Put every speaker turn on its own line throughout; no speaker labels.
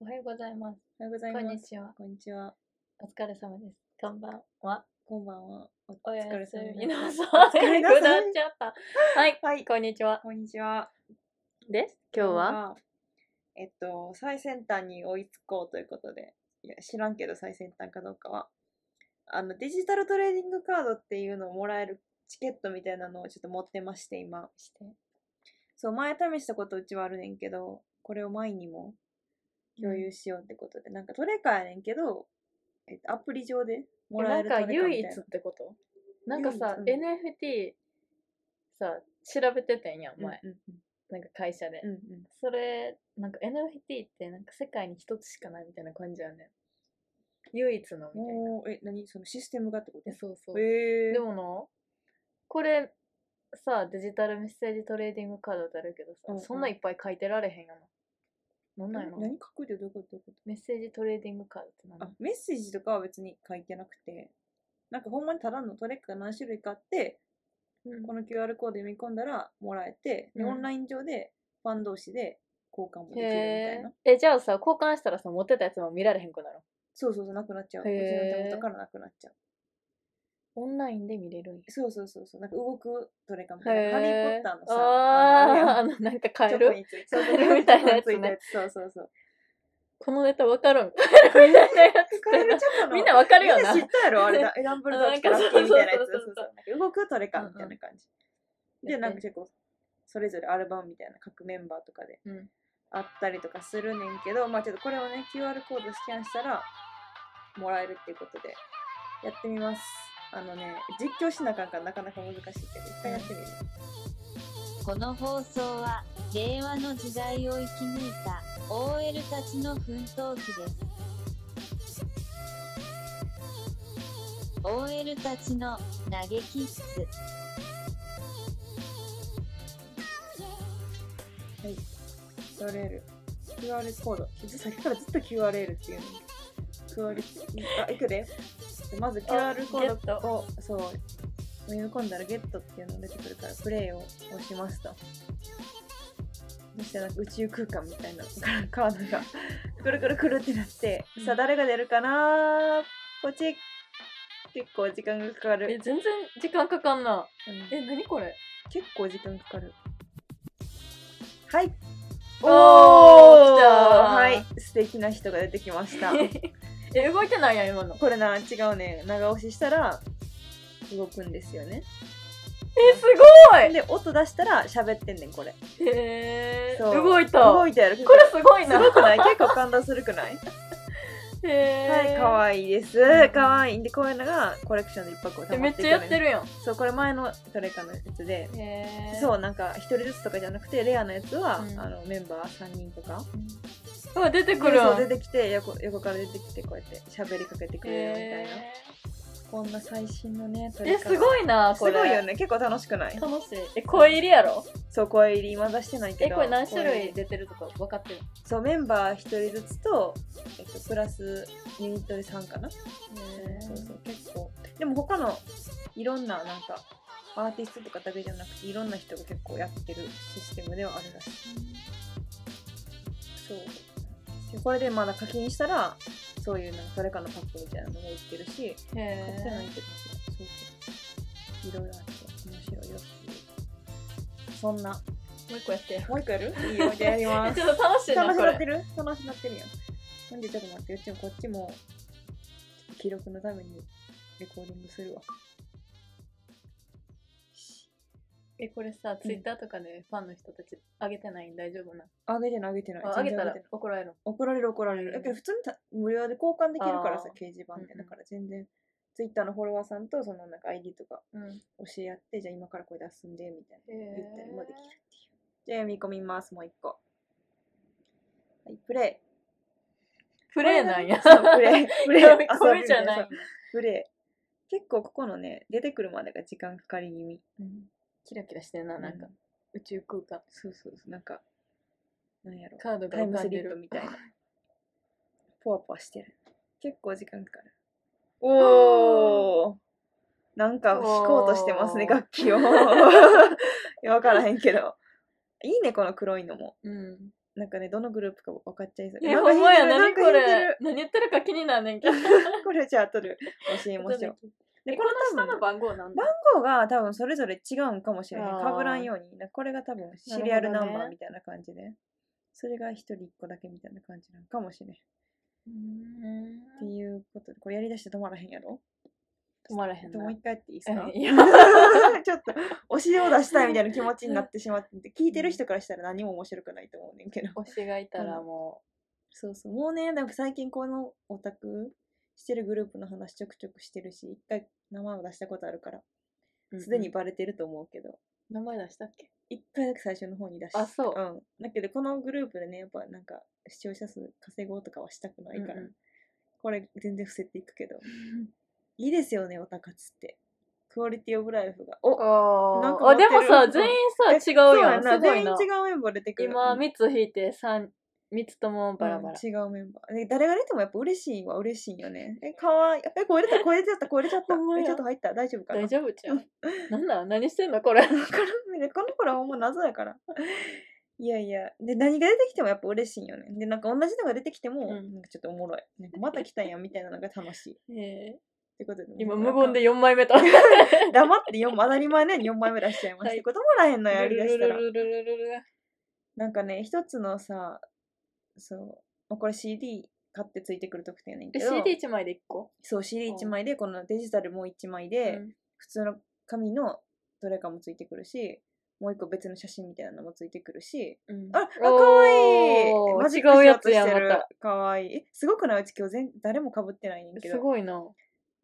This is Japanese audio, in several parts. おはようございます。
おはようござい
こ
ます。
んにちは。
こんにちは。
お疲れ様です。こんばんは。
こんばんは。お
おや
疲れ
す
様
み
で
なさ
お疲
い。
れ
く
なさい
だっちゃった。はい
す。。はい。
こんにちは。
こんにちは。
です。今日は
えっと、最先端に追いつこうということで、いや知らんけど最先端かどうかは。あの、デジタルトレーディングカードっていうのをもらえるチケットみたいなのをちょっと持ってまして、今。
して。
そう、前試したことうちはあるねんけど、これを前にも共有しようってことで、なんかトレカやねんけど、えっと、アプリ上でもら
な
え
ん
るト
か
レカみたいな。
唯一ってことなんかさ、
唯一
NFT さ、調べててんやん、前。
うんうん
なんか会社で。
うんうんうん
それ、なんか NFT ってなんか世界に一つしかないみたいな感じやねん。唯一のみたいな。
おーえ、何そのシステムがってこと
えそうそう。
えー、
でもな、これさ、デジタルメッセージトレーディングカードってあるけどさ、
うんうん
そんないっぱい書いてられへんやな。なんなんや
何
ろ
何書くってどういうことどういうこ
メッセージトレーディングカードって
とあ
何、
メッセージとかは別に書いてなくて、なんかほんまにただのトレックが何種類かあって、
うん
この QR コード読み込んだらもらえて、で
うん
オンライン上でファン同士で交換もできるみた
へ
いな。
え。え、じゃあさ、交換したらさ、持ってたやつも見られへんくなる
そうそうそう、なくなっちゃう。う
へ
ち
ー
の手元からなくなっちゃう。
オンラインで見れるんや。
そうそうそう、そうなんか動くトレカみたい
へ
な。ハリー・ポッターのさ、
あーあ
のあれやん
の、なんか買え
チョコ
る
につ い
カエル
そうそう
みたいなやつね
チョコについたやつそうそうそう。
このネタわか るん買えるみたいなやつっ
カエ
て
ル
な
チョコの
みんなわかるよ
みん
な
な知。ったやろあ れだ。えダンブルドア来たラッキーみたいなやつ。そうそうそう動くとあれかみたいな感じ。で、なんか結構、それぞれアルバムみたいな各メンバーとかで
うん
あったりとかするねんけど、まあちょっとこれをね、QR コードスキャンしたらもらえるっていうことで、やってみます。あのね、実況しなあかんからなかなか難しいけど、一回やってみる。
この放送は令和の時代を生き抜いた OL たちの奮闘記です OL たちの嘆き室
URL。QR コード。さっきからずっと QRL っていうの。QR、あ、いくで。まず QR コ
ゲッ
ードを、そう、読み込んだらゲットっていうのが出てくるから、プレイを押しますと。そしたら宇宙空間みたいなカードが、くるくるくるってなって、さあ誰が出るかなポチッ結構時間がかか
え、
る。
全然時間かかんな。
うん
え、何これ
結構時間かかる。はい。
おー
おー
来たー
はい。素敵な人が出てき ました。
え、動いてないやん、今の。
これな、違うね。長押ししたら、動くんですよね。
え、すごい
で、音出したら喋ってんねん、これ。
へえ
そう
動いた
動いたやろ。
これすごい
す
な
ごくない結構感動するくない
へ え
はい、か
い
わいいです
うん。
かわいい。で、こういうのがコレクションでいっぱいこう溜
め
ま
っ
って
ち
い
ゃ
く
やって
る。
るやん
そう、これ前のどれかのやつで。
へえ
そうう、なんか、一人ずつとかじゃなくて、レアなやつは、
うん
あの、メンバー3人とか。
うわ出てくる
そう
わ
そう出てきて横横から出てきてこうやって喋りかけてくれるみたいな、
へ
こんな最新のね撮
ええ
り方
すごいなこ
す
れ
ごいよね結構楽しくない
楽しいえ声入りやろ
そう声入りまだしてないけ
え
ど
これ何種
声入
類
り
出てるとか分かってる
そうメンバー一人ずつと、えっと、プラスユニットで3かな、そうそう結構でも他のいろんななんかアーティストとかだけじゃなくていろんな人が結構やってるシステムではあるらしいそうでこれでまだ課金したらそういうなんかそれかのパックみたいなのも売ってるし
へ
買ってない
え
けど、そうそう。いろいろあって面白いよっていう。そんな。
もう一個やってや
もう一個やるいいよ、じゃあやりま
え
す
ち。ょっと楽しいな
楽し
こ
なっ
れ
てる楽しなってるやん。なんでちょっと待って、うちもこっちも、ちょっと記録のためにレコーディングするわ。
えこれさツイッターとかでファンの人たちあげてないん大丈夫な
あげてない、あげてない。
ああげた
全然
ら
てない
怒られる
怒られる、怒られ
う
る。
ん
だけど普通にた無料で交換できるからさ
あ、ー
掲示板
うんう
で。
ん
だから全然、ツイッターのフォロワーさんとそのなんか ID とか
うん
教え合って、じゃあ今からこれ出すんで、みたいな。
へえ
言ったりもできるっていう。じゃあ読み込みます、もう一個。はい、プレイ。
プレイなんや
そうプレ イ。プレイ。
読み込み
遊び
じゃない
そうプレイ。結構ここのね、出てくるまでが時間かかり気味。
うんキラキラしてんななんか
う
宇宙空間
そうそうそう、なんか、なんやろ。
カードが
タ
浮
イム
か
ス
ん
リ
で
ップ
る
みたいな。ポワポワしてる。結構時間かかる。
お
おー。なんか弾こうとしてますね、
おー
楽 器を。いやわからへんけど。いいね、この黒いのも。
うん
なんかねどのグループか分かっちゃいそう
え、ほんまや、
な
何
んか
こ
言ってる
れ。何言ってるか気になんねんけど。
これじゃあ後で教えましょうで
で、
こ
この
の
下の
多分
番号なんだ
番。号が多分それぞれ違うんかもしれない
あー
かぶらんようになこれが多分シリアル
な
ナンバ
るほど
ー
ね
みたいな感じで、それが一人一個だけみたいな感じなのかもしれない、
うーん
っていうことでこれやりだして止まらへんやろ
止まらへん
で
な
もう一回やってい いですか
いや
ちょっと推しを出したいみたいな気持ちになってしまってて聞いてる人からしたら何も面白くないと思うねんけど
推しがいたらも
そうそうもうねなんか最近このオタクしてるグループの話ちょくちょくしてるし一回名前を出したことあるから
う、
すでに
うん
バレてると思うけど
名前出したっけ
一回だけ最初の方に出して
あそう
うん、だけどこのグループでねやっぱなんか視聴者数稼ごうとかはしたくないから、
うんうん
これ全然伏せていくけどいいですよねオタ活ってクオリティオブライフがお
お
なんか
あ、でも
持って
さ、
る
全員さ、
え
違う
そ
やん。すご
全
い
員違
な。
うメンバー出てくる
今、
うん
3つ引いて3、三つともバラバラ。
うん違うメンバーで誰が出てもやっぱ嬉しいは嬉しいよねえかわいいえ超えれた超えれちゃった超えれちゃった
ほんま
え
や
ちょっと入った大丈夫かな
大丈夫ちゃうなんなん何してんのこれ。
わからんねこの頃はもう謎やから。いやいや。で、何が出てきてもやっぱ嬉しいよね。で、なんか同じのが出てきても、
うん
なんかちょっとおもろい。なんかまた来たんやみたいなのが楽しい。っ
えー
てことで。
今、無言
で。
で4枚目 と。
黙って4、当たり前のように4枚目出しちゃいました。
はい
子供らへんのやりだしたら。
ルルルルルルル
なんかね、一つのさ、そう、まあこれ CD 買ってついてくる特典やねんけ
え
ど、
CD1 枚で1個
そう、CD1 枚で、このデジタルもう1枚で、
うん
普通の紙のどれかもついてくるし、もう一個別の写真みたいなのもついてくるし、
うん
あ、あかわいい
おー
マジック
違うやつ
しよ
や、
うんとしてる
また。
かわいい。えすごくないうち今日全誰もかぶってないねんけど。
すごいな。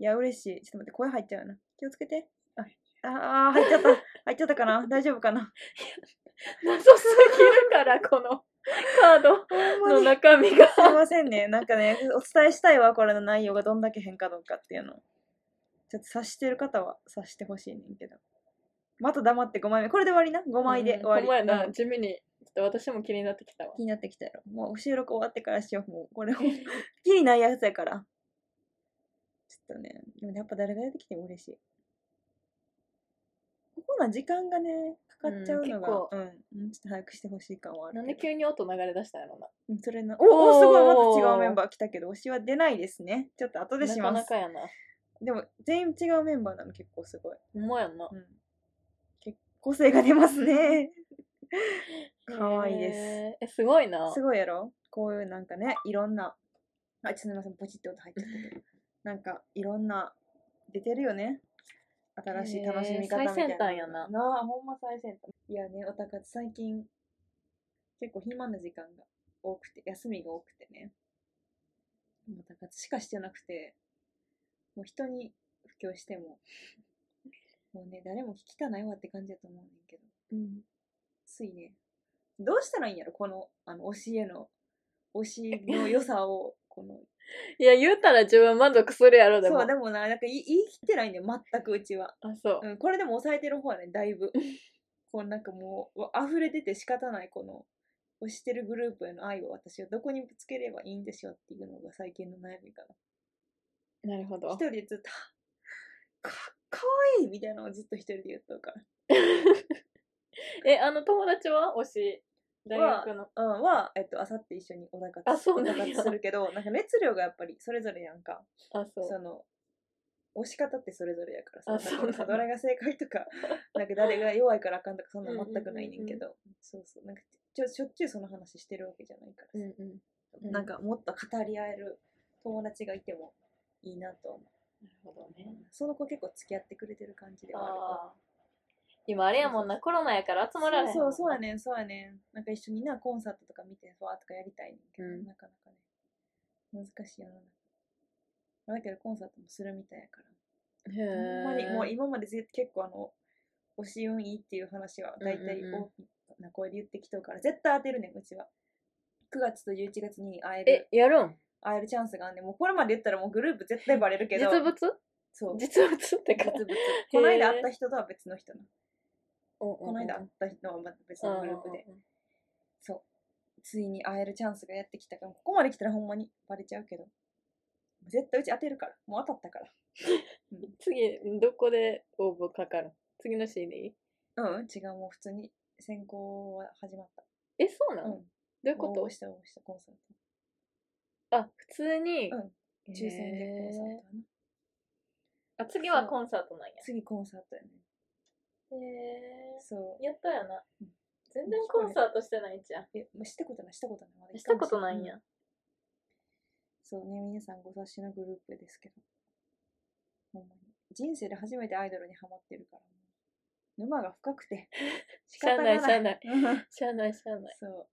いや、嬉しい。ちょっと待って、声入っちゃうな。気をつけて。あ、あー入っ ちゃった。入っちゃったかな大丈夫かな
謎すぎるから、このカード
ほんま
の
に
中身が。
すいませんね。なんかね、お伝えしたいわ、これの内容がどんだけ変かどうかっていうの。ちょっと察してる方は察してほしいねんけど。また黙って5枚目。これで終わりな。5枚で終わり。
うんほんまやな、
うん
地味に。ちょっと私も気になってきたわ
気。になってきたやろ。もう収録終わってからしよう。もうこれを。気にないやつやから。ちょっとね、でもやっぱ誰が出てきても嬉しい。ここの時間がね、かかっちゃうのが、
うん結構
うん、うんちょっと早くしてほしい感はあるけど。
なんで急に音流れ出したんやろな。
うんそれな、おお、すご
おー
い、また違うメンバー来たけど、推しは出ないですね。ちょっと後で
な
し
か
ま
な
す。
かやな。
でも、全員違うメンバーなの結構すごい。
ほんまやな
う。ん。結構個性が出ますね。かわいいです。
へー。え、すごいな。
すごいやろこういうなんかねいろんなあちょっとすみませんポチって音入っちゃっ たけどなんかいろんな出てるよね新しい楽しみ方みたいな、
へえ最先端やな
なあほんま最先端いやねおたかつ最近結構暇な時間が多くて休みが多くてねおたかつしかしてなくてもう人に布教してももうね誰も聞きたないわって感じだと思うねんけど
うん
ついねどうしたらいいんやろこのあの推しへの推しの良さをこの
いや、言うたら自分満足するやろ、でも。
そうでもななんか言い言い切ってないんだよ全くうちは、
あ、そう。
うん、これでも抑えてる方はねだいぶ こうなんかもうわ溢れ出て仕方ないこの推してるグループへの愛を私はどこにぶつければいいんでしょうっていうのが最近の悩みか
なるほ
な
ど
一。人でずっと 「かかわいい!」みたいなのをずっと一人で言っとるから
え、あの友達は推し、大学の。
うん、は、えっと、あさって一緒にお腹
あそうなんや
お腹するけど、なんか熱量がやっぱりそれぞれやんか。
あ、そ。
そうの、押し方ってそれぞれやから
あ
だからさ
そうな
ど
んだ
れが正解 とか、なんか誰が弱いからあかんとか、そんなの全くないねんけど、そうそう、なんかちょ、しょっちゅうその話してるわけじゃないから
う
さ、
んうん。うん
なんかもっと語り合える友達がいてもいいなと思う。
なるほどね。
その子結構付き合ってくれてる感じではあるから。
ああ。今あれやもんな、コロナやから集まられへん。
そうそうそうや。ねんそうやねんなんか一緒になコンサートとか見てわーとかやりたいねんけど、
うん
なかなかね難しいよなだけどコンサートもするみたいやから
へえ。
ほんまにもう今までず結構あの推し運いいっていう話は大
う
体
んうんうん
大きな声で言ってきとうから、絶対当てるねんうちは9月と11月に会え
え
る、
やるん
会えるチャンスがあんねんもうこれまで言ったらもうグループ絶対バレるけど
実物
そう実
実物ってか。
物 この間会った人とは別の人なこ
こ
の間会った人はまた別のグループでそう。ついに会えるチャンスがやってきたから、ここまで来たらほんまにバレちゃうけど。絶対うち当てるから。もう当たった から。
次、どこで応募かかる次の CD?
うん、違う。もう普通に選考は始まっ
え、そう
た。
な
うん
の。どういうこ
応
と
募した応募したコンサート
あ普通に、
うん抽選でコンサート
へー
やな
あ次はコンサートなんや
次コンサートやね
へ
そう
ーやったよな
うん
全然コンサートしてないじゃん
えもうしたことないしたことないまだ一
した
回も
ことないん
う
や
そうね皆さんご察しのグループですけどほんまに人生で初めてアイドルにハマってるから沼が深くて仕
しゃあないしゃあない
うん
しゃあないしゃあない
そうほ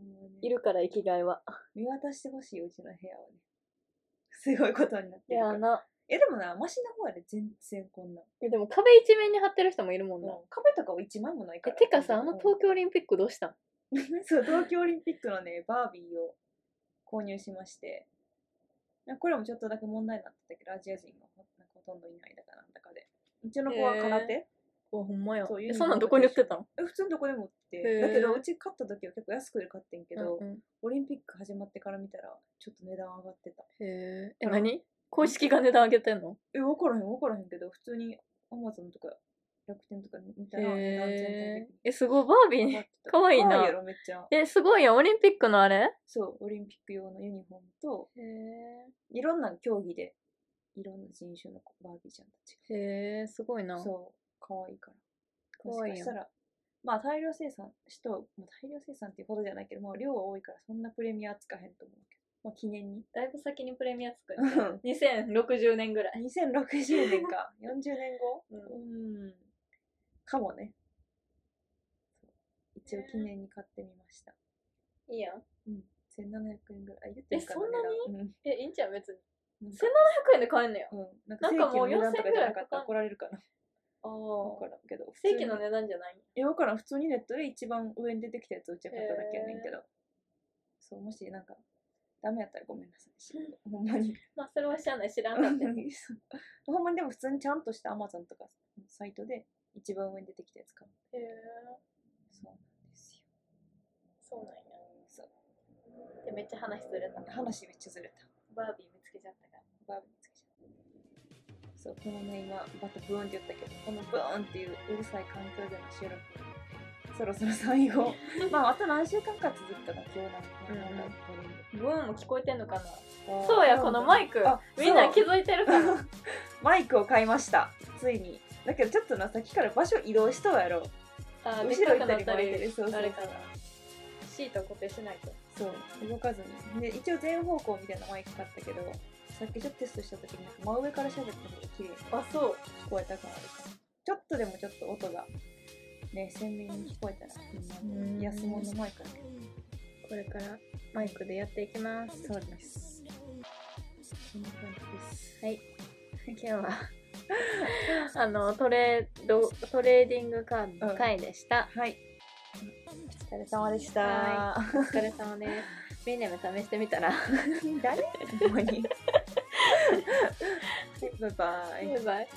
んまに
いるから生きがいは
見渡してほしいうちの部屋をねすごいことになっ
い
てるか
や
ら
な
えでもなマシな方やで全然こんな、
えでも壁一面に貼ってる人もいるもんな、
もう壁とかは1枚もないか
え
ら
てかさあの
うん
東京オリンピックどうしたん
そう、東京オリンピックのね、バービーを購入しまして、なんかこれもちょっとだけ問題になってたけど、アジア人がほなんかほとんどいないだかなんだかで。うちの子は空
あ
手、
ほんまや
そう
えそんなんどこに売ってたの
え普通にどこでも売って、
へー
だけどうち買った時は結構安くで買ってんけ
け
ど、
うんうん
オリンピック始まってから見たら、ちょっと値段上がってた。
へええ
うん
何公式が値段上げてんの
え、わからへん、わからへんけど、普通にアマゾンとか楽天とか見た
へ
ら値段全体
え
的に
えすごいバービー
上がっ
に
てた。
かわいいな
可愛いやろ、めっちゃ。
えすごいやんオリンピックのあれ
そう、オリンピック用のユニフォームと、
へえ
いろんな競技で、いろんな人種のバービーちゃんたち
へえすごいな
が。そう、可愛いから。
可愛いやん
もしかしたら、まあ大量生産しと、まあ、大量生産っていうほどじゃないけど、まあ量は多いからそんなプレミアつかへんと思うけど、まあ記念 に。
だいぶ先にプレミアつく
うん
2060年ぐらい
2060年 か、40年後
うん
うん。かもね。そう一応記念に買ってみました。
いいやん
うん。1700円ぐらい。あ言ってるか
えそんな
値段
えいいんちゃう別に
うん。
1700円で買えんのよ
うん。なん
な
か
ん
正
か
規
もう
の値段とかじゃなかっ
4000ぐらいか
た
からん
怒られるかな。
あ
わか
あ
らんけど。
正規の
普通に
値段じゃない
いや、わからん。普通にネットで一番上に出てきたやつをうちは買っただけやねんけど。そう、もしなんか、ダメやったらごめ んなさいし。ほんまに。
まあそれは知らない知らんか
ほ
っ
ん
たよ
まにでも普通にちゃんとした Amazon とかサイトで一番上に出てきたやつ買う。
へえ
そうなんですよ。
そうなんや
そう。
でめっちゃ話ずれたな
話めっちゃずれた。
バービー見つけちゃったから
バーベキューつけちゃったそう、このね、今、バッとブーンって言ったけど、このブーンっていううるさい環境での収録、そろそろ 最後。まあ、あと何週間か続くかな、今日なんか。
うんうん
これ
ブーンも聞こえてんのかなそう
そ
やこのマイクみんな気づいてるかな
マイクを買いましたついにだけどちょっとなさっきから場所移動しそうやろ
あー
後
でっ
ろ
かく
行った
なっ
り
た
前行った
り
りそうそう
あれかなシート固定しないと
そう動かずにで一応全方向みたいなマイク買ったけどさっきちょっとテストした時になんか真上から喋った方が綺麗に
あそう
聞こえた感あるからちょっとでもちょっと音がね鮮明に聞こえたらいいな
うん
安物のマイクだけど
これからマイクでやっていきます
そうですそんな感じです
はい今日は あのトレードトレーディングカードの回でした、
はいお疲れ様でした、
はお疲れ様ですベンジャミン試してみたら
誰ほんまにバイバイ
バイバイ